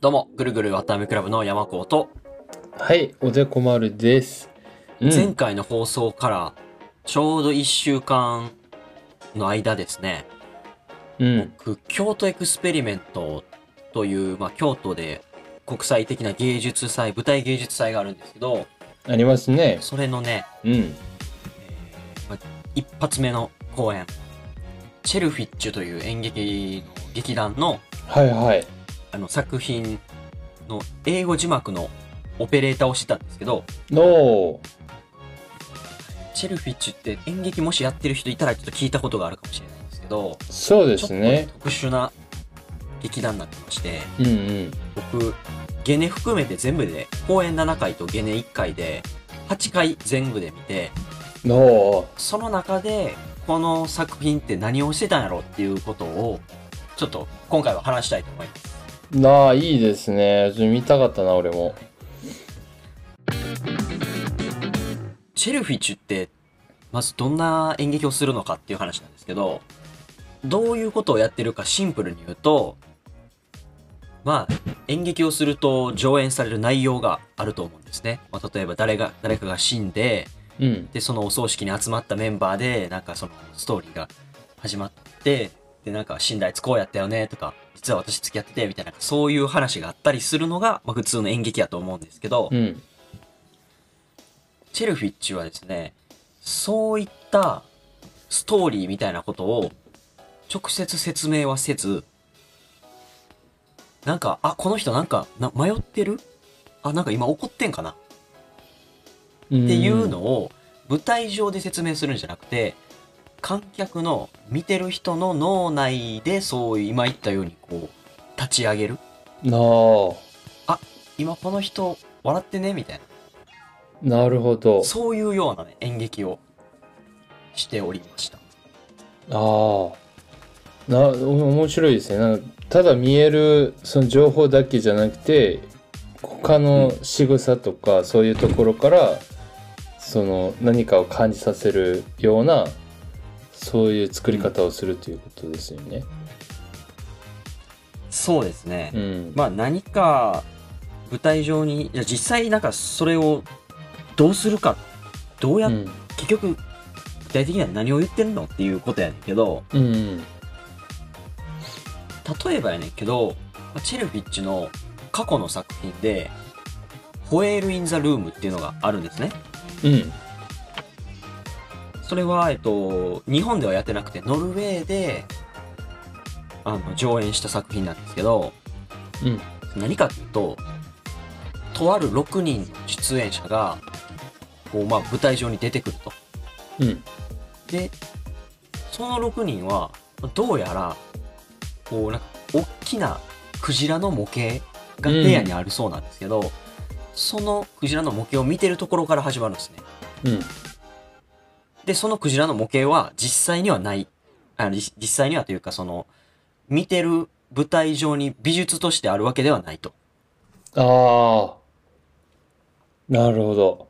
どうも、ぐるぐるわたあめクラブの山子と、はい、おでこまるです。うん前回の放送からちょうど1週間の間ですね、うん。僕京都エクスペリメントという、まあ、京都で国際的な芸術祭、舞台芸術祭があるんですけど、ありますね。それのね、うん。一発目の公演、チェルフィッチュという演劇の劇団のはいはい。あの作品の英語字幕のオペレーターをしてたんですけど、のチェルフィッチュって演劇もしやってる人いたらちょっと聞いたことがあるかもしれないんですけど、そうでちょっすとね。特殊な劇団になってまして、うんうん。僕、ゲネ含めて全部で、公演7回とゲネ1回で、8回全部で見て、のその中で、この作品って何をしてたんやろっていうことを、ちょっと今回は話したいと思います。なあ、いいですね。ちょっと見たかったな、俺も。チェルフィッチュって、まずどんな演劇をするのかっていう話なんですけど、どういうことをやってるかシンプルに言うと、まあ、演劇をすると上演される内容があると思うんですね。まあ、例えば誰が、誰かが死んで、うん。で、そのお葬式に集まったメンバーで、なんかそのストーリーが始まって、で、なんか死んだあいつこうやったよねとか、実は私付き合っててみたいな、そういう話があったりするのが、まあ普通の演劇やと思うんですけど、うん。チェルフィッチはですね、そういったストーリーみたいなことを直接説明はせず、なんか、あ、この人なんかな迷ってるあ、なんか今怒ってんかなっってていうのを舞台上で説明するんじゃなくて、観客の見てる人の脳内でそう今言ったようにこう立ち上げる。の今この人笑ってねみたいな。なあ。なるほど。そういうような、ね、演劇をしておりました。ああ。な、お面白いですね。なんかただ見える、その情報だけじゃなくて、他の仕草とか、そういうところから、その何かを感じさせるような、そういう作り方をするということですよね。そうですね。うん。まあ何か舞台上に、いや実際なんかそれをどうするか、どうや、うん結局具体的には何を言ってんのっていうことやねんけど、うん。例えばやねんけど、まあチェルフィッチの過去の作品で、ホエール・イン・ザ・ルームっていうのがあるんですね。うん。それは、えっと、日本ではやってなくて、ノルウェーで、あの、上演した作品なんですけど、うん。何かっていうととある6人の出演者がこう、まあ、舞台上に出てくるとうん。でその6人はどうやらこうなんか大きなクジラの模型が部屋にあるそうなんですけど、そのクジラの模型を見てるところから始まるんですねうん。でそのクジラの模型は実際にはないあの実実際にはというかその見てる舞台上に美術としてあるわけではないとああ。なるほど。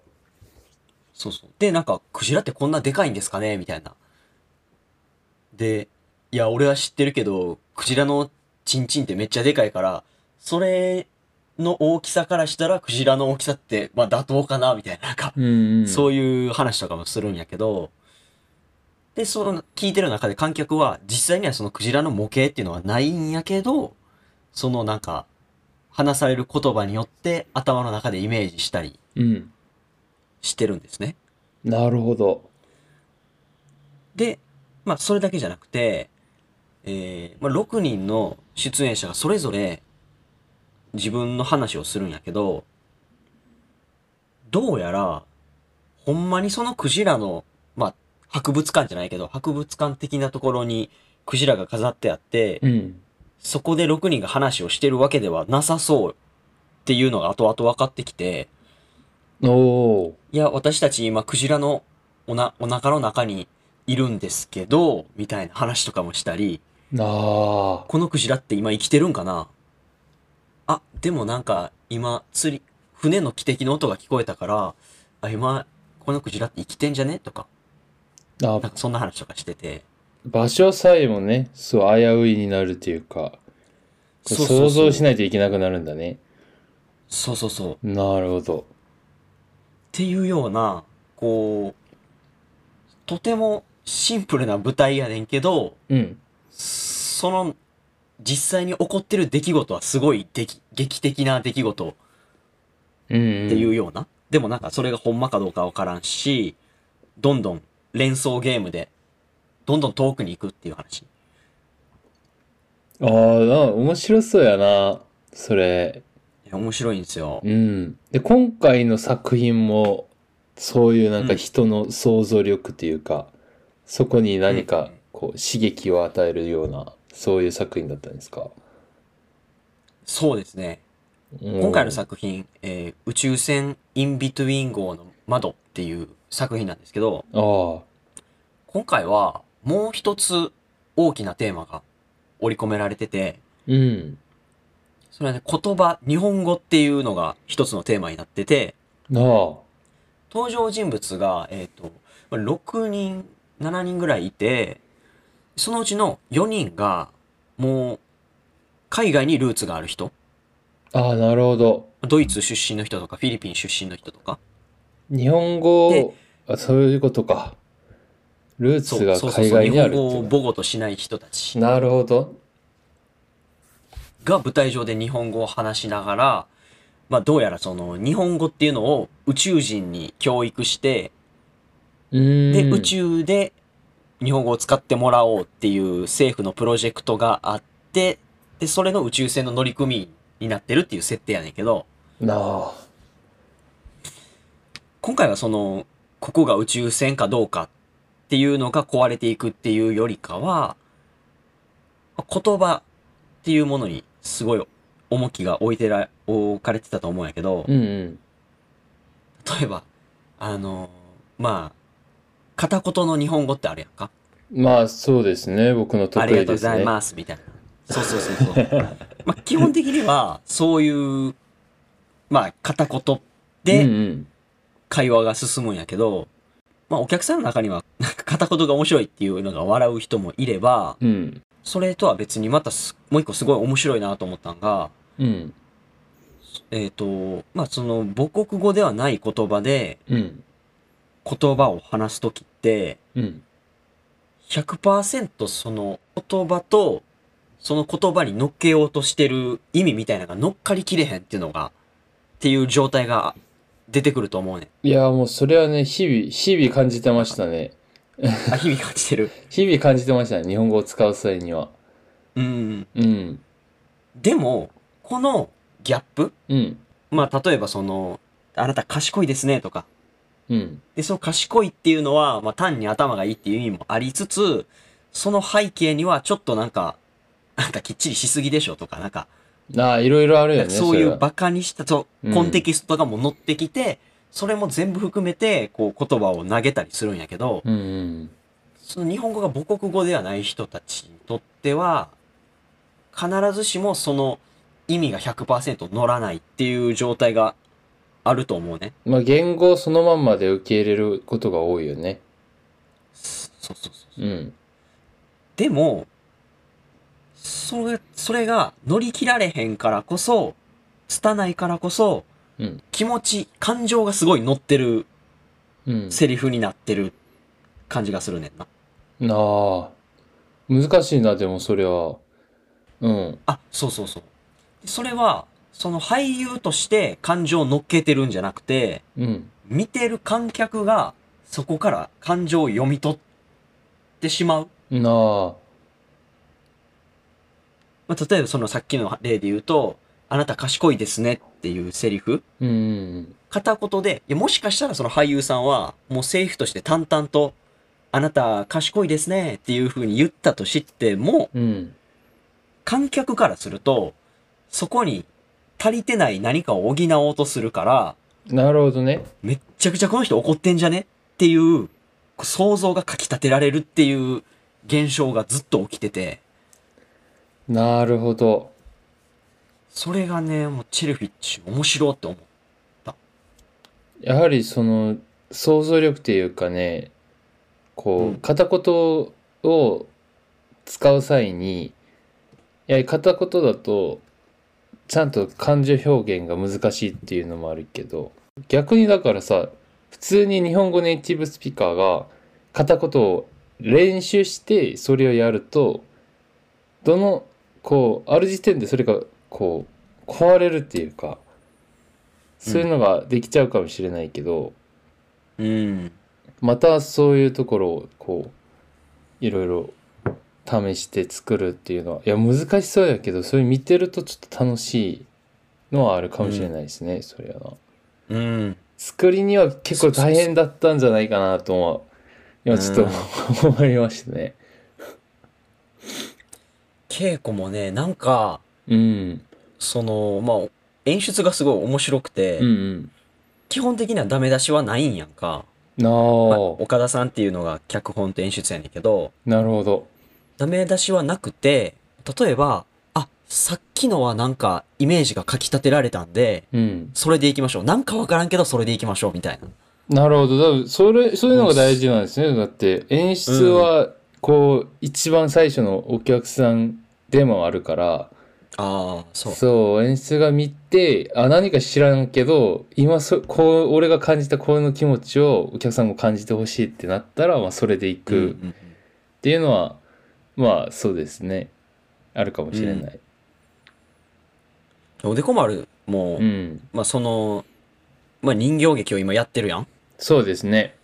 そうそう。で、なんか、クジラってこんなでかいんですかねみたいな。で、いや、俺は知ってるけど、クジラのチンチンってめっちゃでかいから、それの大きさからしたら、クジラの大きさって、まあ、妥当かなみたいな、なんか、うん、うん。そういいう話とかもするんやけど、で、その、聞いてる中で観客は、実際にはそのクジラの模型っていうのはないんやけど、そのなんか、話される言葉によって頭の中でイメージしたりう。うん。してるんですね。なるほど。で、まあ、それだけじゃなくて、えーまあ、6人の出演者がそれぞれ自分の話をするんやけど、どうやら、ほんまにそのクジラの、まあ、博物館じゃないけど、博物館的なところにクジラが飾ってあって、うん。そこで6人が話をしてるわけではなさそうっていうのが後々分かってきて、おお。いや、私たち今、クジラのおな、お腹の中にいるんですけど、みたいな話とかもしたり、ああ。このクジラって今生きてるんかなあ、でもなんか、今、釣り、船の汽笛の音が聞こえたから、あ、今、このクジラって生きてんじゃねとか、あなんかそんな話とかしてて、場所さえもね、そう、危ういになるというか、そうそうそう想像しないといけなくなるんだね。そうそうそう。っなるほど。ていうような、こう、とてもシンプルな舞台やねんけど、うん。その、実際に起こってる出来事はすごいでき劇的な出来事うってん、。いううような。でもなんかそれがほんまかどうかわからんし、どんどん連想ゲームで、どんどん遠くに行くっていう話。ああ、な面白そうやな。それ。いや面白いんですよ。うん。で、今回の作品も、そういうなんか人の想像力というか、そこに何かこう刺激を与えるような、そういう作品だったんですか。そうですね。今今回の作品、えー宇宙船インビトゥイン号の窓っていう作品なんですけど、ああ、今回はもう一つ大きなテーマが織り込められてて、うん。それはね、言葉、日本語っていうのが一つのテーマになってて、なあ。登場人物が、えっ、と、まあ6人、7人ぐらいいて、そのうちの4人が、もう、海外にルーツがある人。ああ、なるほど。ドイツ出身の人とか、フィリピン出身の人とか。日本語でを、あ、そういうことか。ルーそツう、がそうそう海そう、日外にあ本るっていう語をの母語としない人たちなるほど。が舞台上で日本語を話しながら、まあどうやらその日本語っていうのを宇宙人に教育して、うーで、ん。宇宙で日本語を使ってもらおうっていう政府のプロジェクトがあって、で、それの宇宙船の乗組員になってるっていう設定やねんけど、なあ。今回はその、ここが宇宙船かどうかっていうのが壊れていくっていうよりかは、言葉っていうものにすごい重きが置いてら、置かれてたと思うんやけど、うんうん。例えば、あの、まあ、片言の日本語ってあるやんか。まあ、そうですね。僕の得ありが意とうごですざいね。ます、みたいな。そうそうそうそう。 まあ、基本的には、そういう、まあ、片言で、うんうん。会話が進むんやけど、まあお客さんの中には、なんか片言が面白いっていうのが笑う人もいれば、うん。それとは別にまたすもう一個すごい面白いなと思ったんが、うん。えっ、と、まあその母国語ではない言葉でうん。言葉を話すときって、うん。 100%その言葉と、その言葉に乗っけようとしてる意味みたいなのが乗っかりきれへんっていうのが、っていう状態が出てくると思うねいや、もうそれはね、日々、日々感じてましたね。 ん。あ、日々感じてる。日々感じてましたね。日本語を使う際には。うん。うん。でも、このギャップうん。まあ、例えばその、あなた賢いですねとか。うん。で、その賢いっていうのは、まあ、単に頭がいいっていう意味もありつつ、その背景にはちょっとなんか、なんかきっちりしすぎでしょとか、なんか、ああ、いろいろあるよね。そういれうは馬鹿にした、そう、うんコンテキストとかも乗ってきて、それも全部含めて、こう、言葉を投げたりするんやけど、うんうん。その日本語が母国語ではない人たちにとっては、必ずしもその意味が100%乗らないっていう状態があると思うね。まあ、言語をそのまんまで受け入れることが多いよね。そうそうそう。うん。でも、それ、それが乗り切られへんからこそ、拙いからこそ、うん。気持ち、感情がすごい乗ってるうん。セリフになってる感じがするねんな。なあ。難しいな、でもそれは。うん。あ、そうそうそう。それは、その俳優として感情を乗っけてるんじゃなくて、うん。見てる観客がそこから感情を読み取ってしまう。なあ。まあ、例えばそのさっきの例で言うと、あなた賢いですねっていうセリフ。うんうん。片言で、いやもしかしたらその俳優さんはもうセリフとして淡々と、あなた賢いですねっていう風に言ったとしても、うん。観客からすると、そこに足りてない何かを補おうとするから、なるほどね。めっちゃくちゃこの人怒ってんじゃねっていう想像がかき立てられるっていう現象がずっと起きてて、なるほど。それがね、もうチェルフィッチュ面白いって思う。やはりその想像力っていうかねこうんう片言を使う際にや片言だとちゃんと感情表現が難しいっていうのもあるけど逆にだからさ普通に日本語ネイティブスピーカーが片言を練習してそれをやるとどのこうある時点でそれがこう壊れるっていうかそういうのができちゃうかもしれないけど、うん。またそういうところをこういろいろ試して作るっていうのはいや難しそうやけどそれ見てるとちょっと楽しいのはあるかもしれないですね、それはなうん。作りには結構大変だったんじゃないかなとは今ちょっとうん思いましたね稽古もね、なんか、うんその、まあ、演出がすごい面白くて、うんうん基本的にはダメ出しはないんやんか。なあ、まあ岡田さんっていうのが脚本と演出やねんけど、なるほどダメ出しはなくて、例えば、あ、さっきのはなんかイメージがかき立てられたんで、うんそれでいきましょう。なんかわからんけど、それでいきましょう、みたいな。なるほど多分それそういうのが大事なんですねだって演出はこう一番最初のお客さんでもあるからああ、そう。演出が見てあ何か知らんけど今そこう俺が感じたこの気持ちをお客さんも感じてほしいってなったら、まあ、それでいくうんっ。ていうのは、まあそうですねあるかもしれない。うんおでこ丸も、うん、まあその、まあ人形劇を今やってるやん。そうですね。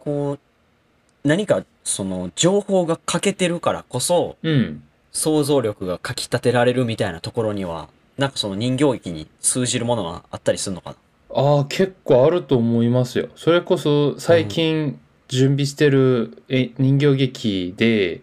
こう、何かその情報が欠けてるからこそ、うん、想像力がかき立てられるみたいなところには、なんかその人形劇に通じるものはあったりするのかな。ああ結構あると思いますよ。それこそ最近準備してるえ人形劇で、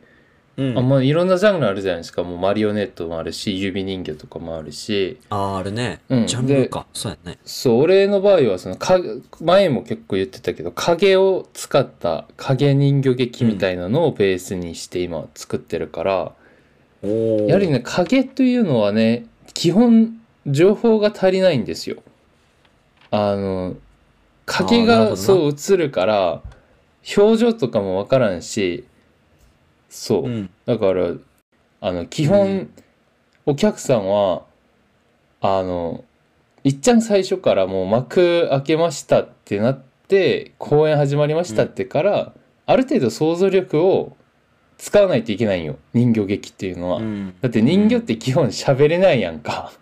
うん。あまあいろんなジャンルあるじゃないですかもうマリオネットもあるし指人形とかもあるし。あーあるね。うんジャンルか。そうやね。そう、俺の場合はそのか、前も結構言ってたけど、影を使った影人形劇みたいなのをベースにして今作ってるから、おお。やはりね、影というのはね、基本情報が足りないんですよ。あの、影あーなるほどがなそう映るから、表情とかもわからんし、そうう。ん。だからあの基う本、お客さんはあのいっちゃん最初からもう幕開けましたってなって公演始まりましたってから、ある程度想像力を使わないといけないんよ人形劇っていうのは、うん。だって人形って基本喋れないやんか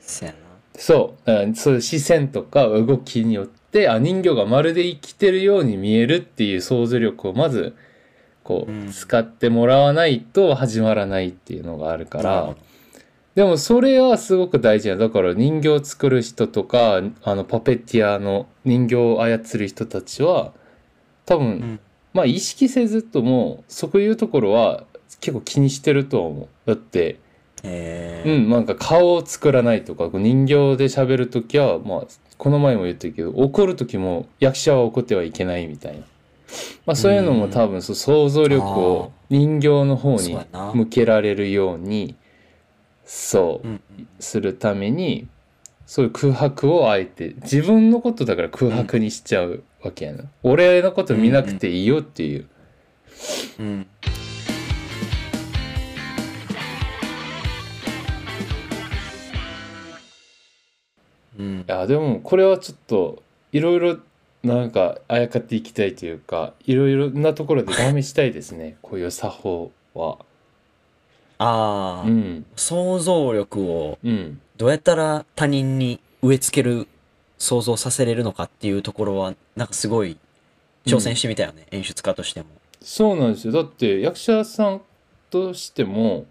そうやな。そうだからそういう視線とか動きによってあ人形がまるで生きてるように見えるっていう想像力をまずこうんう使ってもらわないと始まらないっていうのがあるから、なるほでもそれはすごく大事なだから人形を作る人とかあのパペティアの人形を操る人たちは多分、うんまあ意識せずともそういうところは結構気にしてると思うだってえうー、ん、なんか顔を作らないとか、こう人形で喋るときは、まあ、この前も言ったけど、怒るときも役者は怒ってはいけないみたいな。まあそういうのも多分、そう想像力を人形の方そうにやな。向けられるように、そうう、ん。するために、そういう空白をあえて、自分のことだから空白にしちゃうわけやな。俺のこと見なくていいよっていう。うん。うんい。やでもこれはちょっといろいろなんかあやかっていきたいというかいろいろなところで試したいですねこういう作法は。ああ、うん想像力をうんどうやったら他人に植え付ける、想像させれるのかっていうところは、なんかすごい挑戦してみたよね、演出家としても。そうなんですよだって役者さんとしても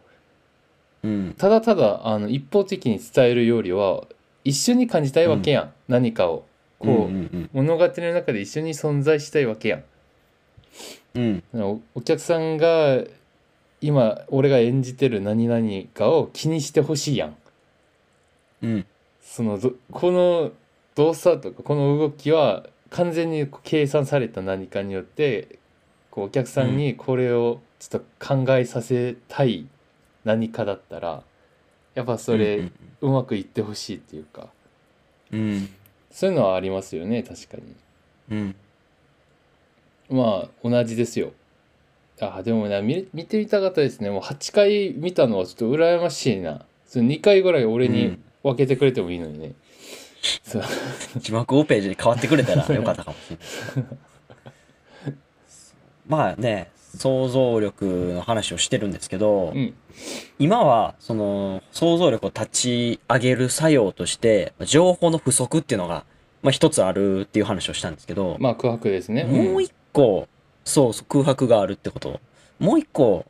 うん。ただただあの一方的に伝えるよりは一緒に感じたいわけやん、何かを。こう、うんうん物語の中で一緒に存在したいわけやん。うん。うん。おお客さんが今俺が演じてる何々かを気にしてほしいやん。うん。そのどこの動作とかこの動きは完全にこう計算された何かによってこうお客さんにこれをちょっと考えさせたい何かだったらやっぱそれうまくいってほしいっていうかうん。うん。そういうのはありますよね確かにうん。まあ同じですよあでもな見見てみたかったですねもう8回見たのはちょっと羨ましいなその2回ぐらい俺うにん分けてくれてもいいのにね、そう字幕5ページに変わってくれた らよかったかもしれない。まあね、想像力の話をしてるんですけど、うん今はその想像力を立ち上げる作用として情報の不足っていうのが、まあ、一つあるっていう話をしたんですけど、まあ空白ですねもう一個そうそう空白があるってこともう一個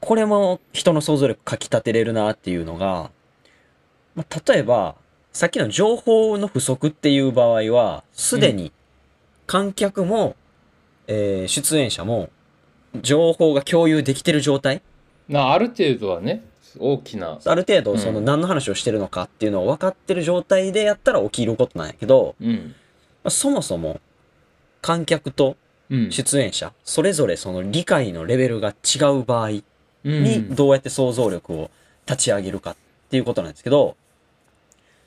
これも人の想像力かきたてれるなっていうのが、まあ、例えばさっきの情報の不足っていう場合はすでに観客も、えー出演者も情報が共有できてる状態うんなある程度はね大きなある程度そうのん何の話をしてるのかっていうのを分かってる状態でやったら起きることなんやけど、うんまあそもそも観客とうん出演者、それぞれその理解のレベルが違う場合うにんどうやって想像力を立ち上げるかっていうことなんですけど、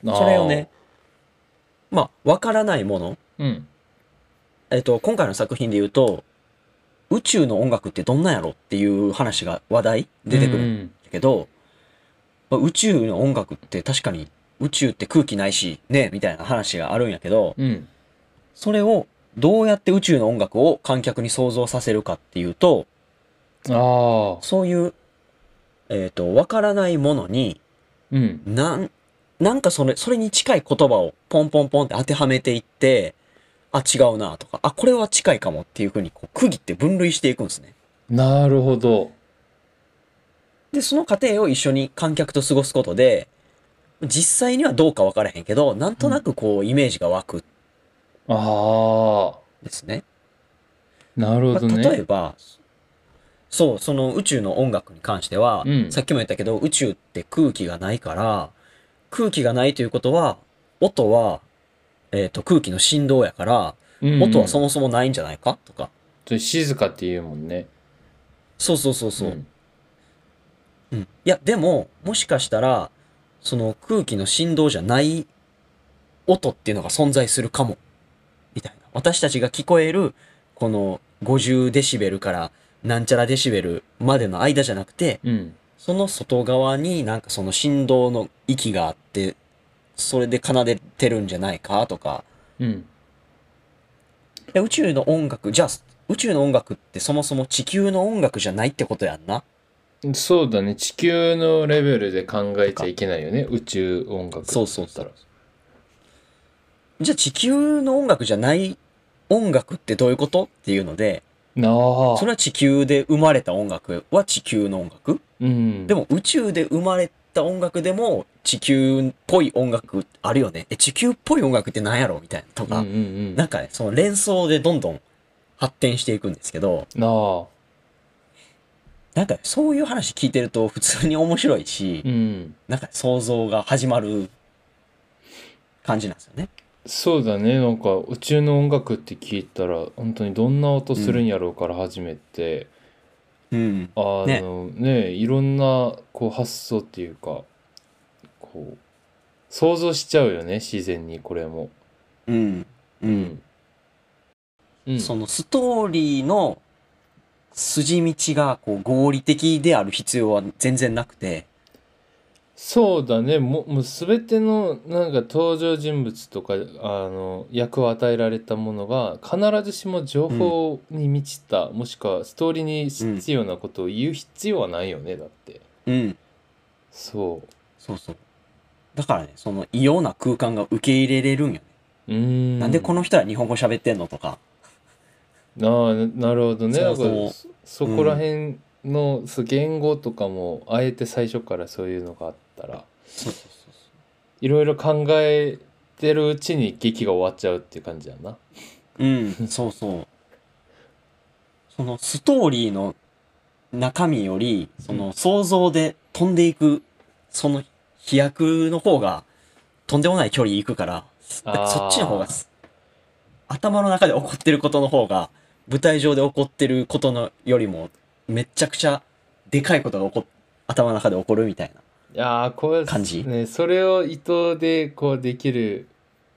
それをね、まあ分からないもの、あーうんえっと、今回の作品で言うと、宇宙の音楽ってどんなんやろっていう話が話題出てくる。うんだけど、まあ宇宙の音楽って確かに宇宙って空気ないしねみたいな話があるんやけどうんそれをどうやって宇宙の音楽を観客に想像させるかっていうとああそういう、えー、と分からないものにうんなんなんかそれそれに近い言葉をポンポンポンって当てはめていってあ違うなとかあこれは近いかもっていうふうにこう区切って分類していくんですね。なるほどで、その過程を一緒に観客と過ごすことで、実際にはどうか分からへんけど、なんとなくこう、イメージが湧くんああですね。なるほどまあね、例えば、そう、その宇宙の音楽に関しては、うんさっきも言ったけど、宇宙って空気がないから、空気がないということは、音は、えっと空気の振動やから、うん音はそのもそもないんじゃないかとか。静かって言うもんねそうそうそうそう。んうん、いやでももしかしたらその空気の振動じゃない音っていうのが存在するかもみたいな私たちが聞こえるこの50デシベルからなんちゃらデシベルまでの間じゃなくてうんその外側になんかその振動の域があってそれで奏でてるんじゃないかとかうんで宇宙の音楽じゃあ宇宙の音楽ってそもそも地球の音楽じゃないってことやんなそうだね地球のレベルで考えちゃいけないよね宇宙音楽そうそうだったらじゃあ地球の音楽じゃない音楽ってどういうことっていうので、なあそれは地球で生まれた音楽は地球の音楽うんでも宇宙で生まれた音楽でも地球っぽい音楽あるよね。え、地球っぽい音楽って何やろみたいなとうんか、うんうんなんかね、その連想でどんどん発展していくんですけど、なあなんかそういう話聞いてると普通に面白いし、うんなんか想像が始まる感じなんですよね。そうだねなんか宇宙の音楽って聞いたら本当にどんな音するんやろうから始めて、うん。あのねいろんなこう発想っていうかこう想像しちゃうよね自然にこれもうん。うん。うんそのストーリーの筋道がこう合理的である必要は全然なくて、そうだねももう全てのなんか登場人物とかあの役を与えられたものが必ずしも情報に満ちた、もしくはストーリーに必要なことを言う必要はないよねだってうん、そそうそう。だからね、その異様な空間が受け入れれるんよね。ううーんなんでこの人は日本語喋ってんのとか。ああななるほどねそだうかそうらそそこら辺の、そう言語とかもあえて最初からそういうのがあったらそうそうそういろいろ考えてるうちに劇が終わっちゃうっていう感じやなそう。うん、そうそう。そのストーリーの中身より、その想像で飛んでいく、その飛躍の方が、とんでもない距離行くから、だってそっちの方があーす頭の中で起こってることの方が舞台上で起こってることのよりもめっちゃくちゃでかいことが起こ頭の中で起こるみたいな。いやーこう感じねそれを伊藤でこうできる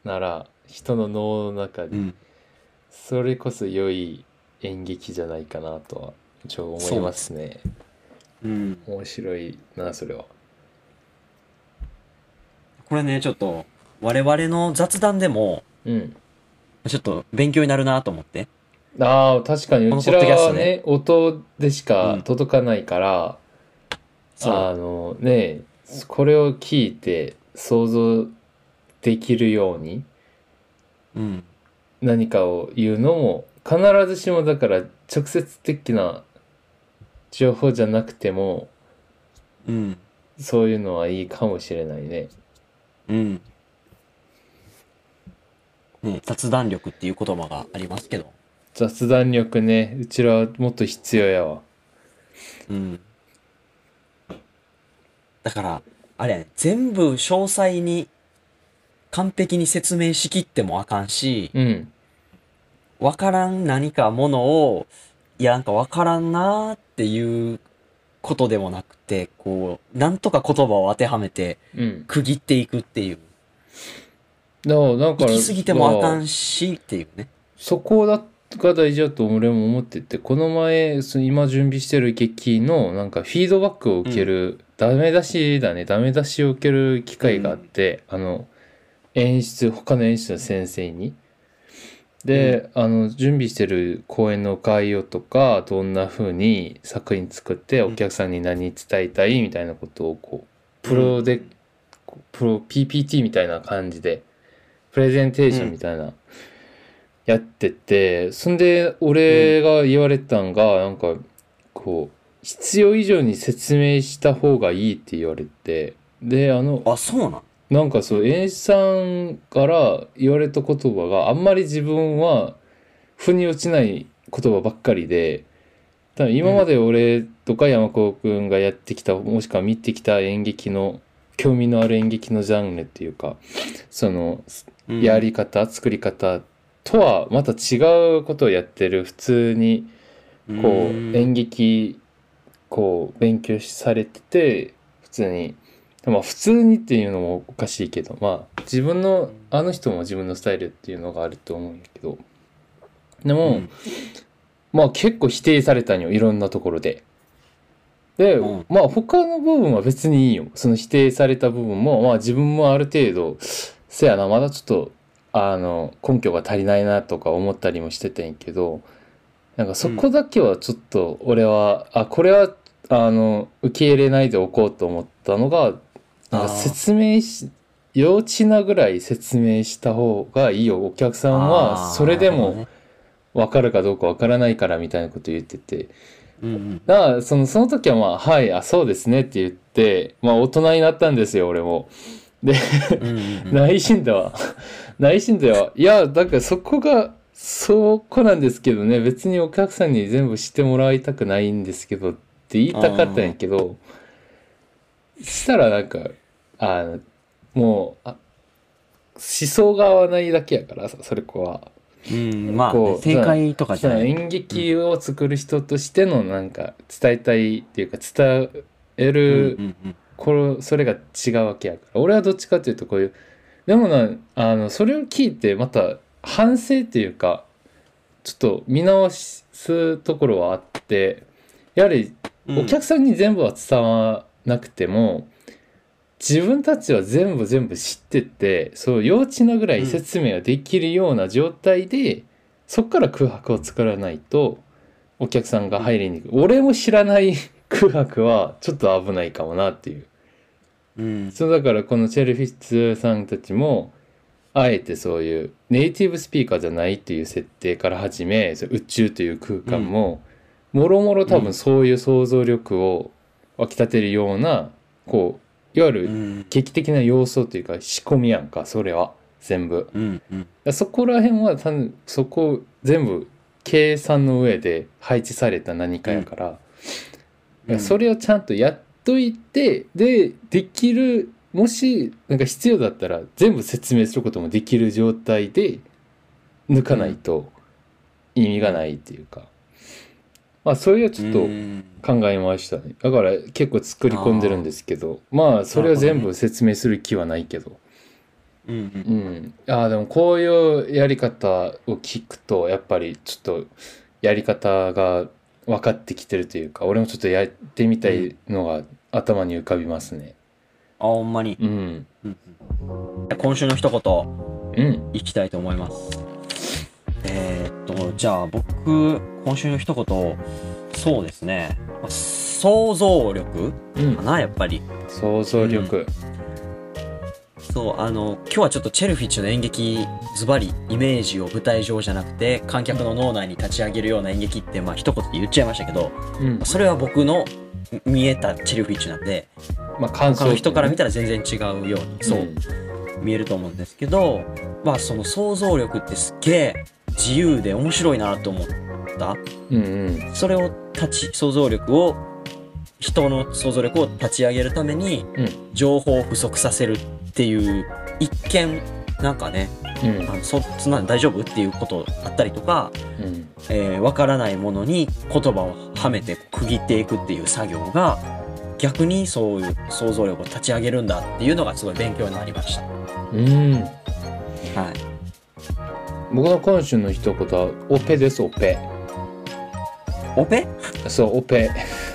なら人の脳の中で、ん、それこそ良い演劇じゃないかなとはちょ思いますねうん。面白いなそれはこれね、ちょっと、我々の雑談でも、うんちょっと勉強になるなと思って。ああ確かにこのうちらポッドキャスはトねね音でしうかん届かないから、あそう。のねこれを聞いて想像できるようにうん。何かを言うのも必ずしもだから直接的な情報じゃなくてもうん。そういうのはいいかもしれないね。うん。ね、雑談力っていう言葉がありますけど。雑談力ねうちらはもっと必要やわ。うん。だから、あれやね、全部詳細に、完璧に説明しきってもあかんし、うんわからん何かものを、いや、なんかわからんなーっていうことでもなくて、こう、なんとか言葉を当てはめて、うん。区切っていくっていう。だからだ行からき過ぎてもあかだんし、っていうね。そこだが大事だと俺も思っててこの前その今準備してる劇のなんかフィードバックを受ける、ダメ出しだねダメ出しを受ける機会があって、あの演出他の演出の先生に。で、あの準備してる公演の概要とかどんな風に作品作ってお客さんに何伝えたいみたいなことをこうプロでこうプロ PPT みたいな感じでプレゼンテーションみたいな、やっててそんで俺が言われたんが、なんかこう必要以上に説明した方がいいって言われてであのあ、そうなんなんかそう演出さんから言われた言葉があんまり自分は腑に落ちない言葉ばっかりで多分今まで俺とか山子くんがやってきたもしくは見てきた演劇の興味のある演劇のジャンルっていうかそのうんやり方、作り方とはまた違うことをやってる普通にうこうーん演劇こう勉強されてて普通にまあ普通にっていうのもおかしいけどまあ自分のあの人も自分のスタイルっていうのがあると思うんだけどでも、うんまあ結構否定されたんよいろんなところで。で、うんまあ他の部分は別にいいよその否定された部分もまあ自分もある程度せやなまだちょっとあの根拠が足りないなとか思ったりもしてたんやけどなんかそこだけはちょっと俺は、あこれはあの受け入れないでおこうと思ったのがなんあかー説明し幼稚なぐらい説明した方がいいよお客さんはあーそれでなるほもどね分かるかどうか分からないからみたいなこと言っててうんうんだからそのその時はまあ「はいあそうですね」って言って、まあ、大人になったんですよ俺も。うんうんうん内心では 内心ではいやだからそこがそこなんですけどね別にお客さんに全部知ってもらいたくないんですけどって言いたかったんやけどしたらなんかあのもうあ思想が合わないだけやからさそれこは。うん、まあこね、う正解とかじゃない。演劇を作る人としてのなんか伝えたいっていうか伝えうるんうんこれそれが違うわけやから俺はどっちかっていうとこういうでもなあのそれを聞いてまた反省っていうかちょっと見直すところはあってやはりうんお客さんに全部は伝わなくても、自分たちは全部全部知っててそう幼稚なぐらい説明ができるような状態で、そこから空白を作らないとお客さんが入りにくい、俺も知らない空白はちょっと危ないかもなっていううん、そうだからこのチェルフィッツさんたちもあえてそういうネイティブスピーカーじゃないっていう設定から始めそう宇宙という空間も、もろもろ多分そういう想像力を湧き立てるようなこういわうゆるん、劇的な要素というか仕込みやんかそれは全部。うん、うん、そこら辺は多分そこ全部計算の上で配置された何かやから、うんそれをちゃんとやっといてでできるもしなんか必要だったら全部説明することもできる状態で抜かないと意味がないっていうか、まあそれはちょっとうん考えましたねだから結構作り込んでるんですけどまあそれは全部説明する気はないけど。うんううんん、あーでもこういうやり方を聞くとやっぱりちょっとやり方が分かってきてるというか俺もちょっとやってみたいのが頭に浮かびますねあ、ほんまに。うんうんうん今週の一言、うんいきたいと思います。えーっと、じゃあ僕、今週の一言、そうですね。まあ想像力うんかな、やっぱり。想像力そう、あの、今日はちょっとチェルフィッチュの演劇、ズバリ、イメージを舞台上じゃなくて、観客の脳内に立ち上げるような演劇って、まあ一言で言っちゃいましたけど、うんそれは僕の見えたチェルフィッチュなんで、まあ感他想の人から見たら全然違うように、そう、見えると思うんですけど、まあその想像力ってすっげえ自由で面白いなと思った。うんうんそれを立ち、想像力を、人の想像力を立ち上げるために、うん情報を不足させるっていう、一見、なんかね、うんあのそそんなの大丈夫っていうことあったりとか、うんえーわからないものに言葉をはめて区切っていくっていう作業が、逆にそういう想像力を立ち上げるんだっていうのがすごい勉強になりました。うんはい。僕の今週の一言はオペですオペオペそうオペ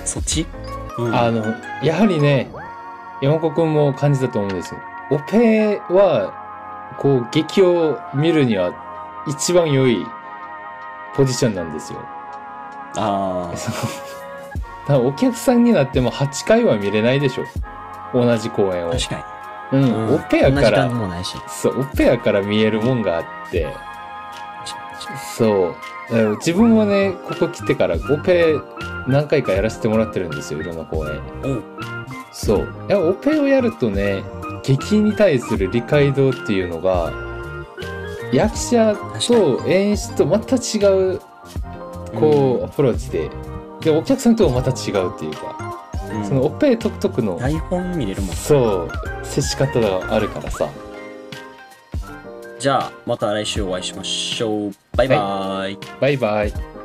そっち、うん、あのやはりね山子くんも感じたと思うんですよオペはこう劇を見るには一番良いポジションなんですよ あーその多分お客さんになっても8回は見れないでしょ同じ公演を、確かうに。ん、オペやこんなか時間らもないし。そうオペやから見えるもんがあってそうだから自分もねここ来てからオペ何回かやらせてもらってるんですよいろんな公演うんそうやっぱオペをやるとね劇に対する理解度っていうのが役者と演出とまた違うこうアプローチで、でお客さんともまた違うっていうか、うん、そのオペ独特の、台本見れるもん。そう接し方があるからさじゃあ、また来週お会いしましょう。バイバーイ。バイバイ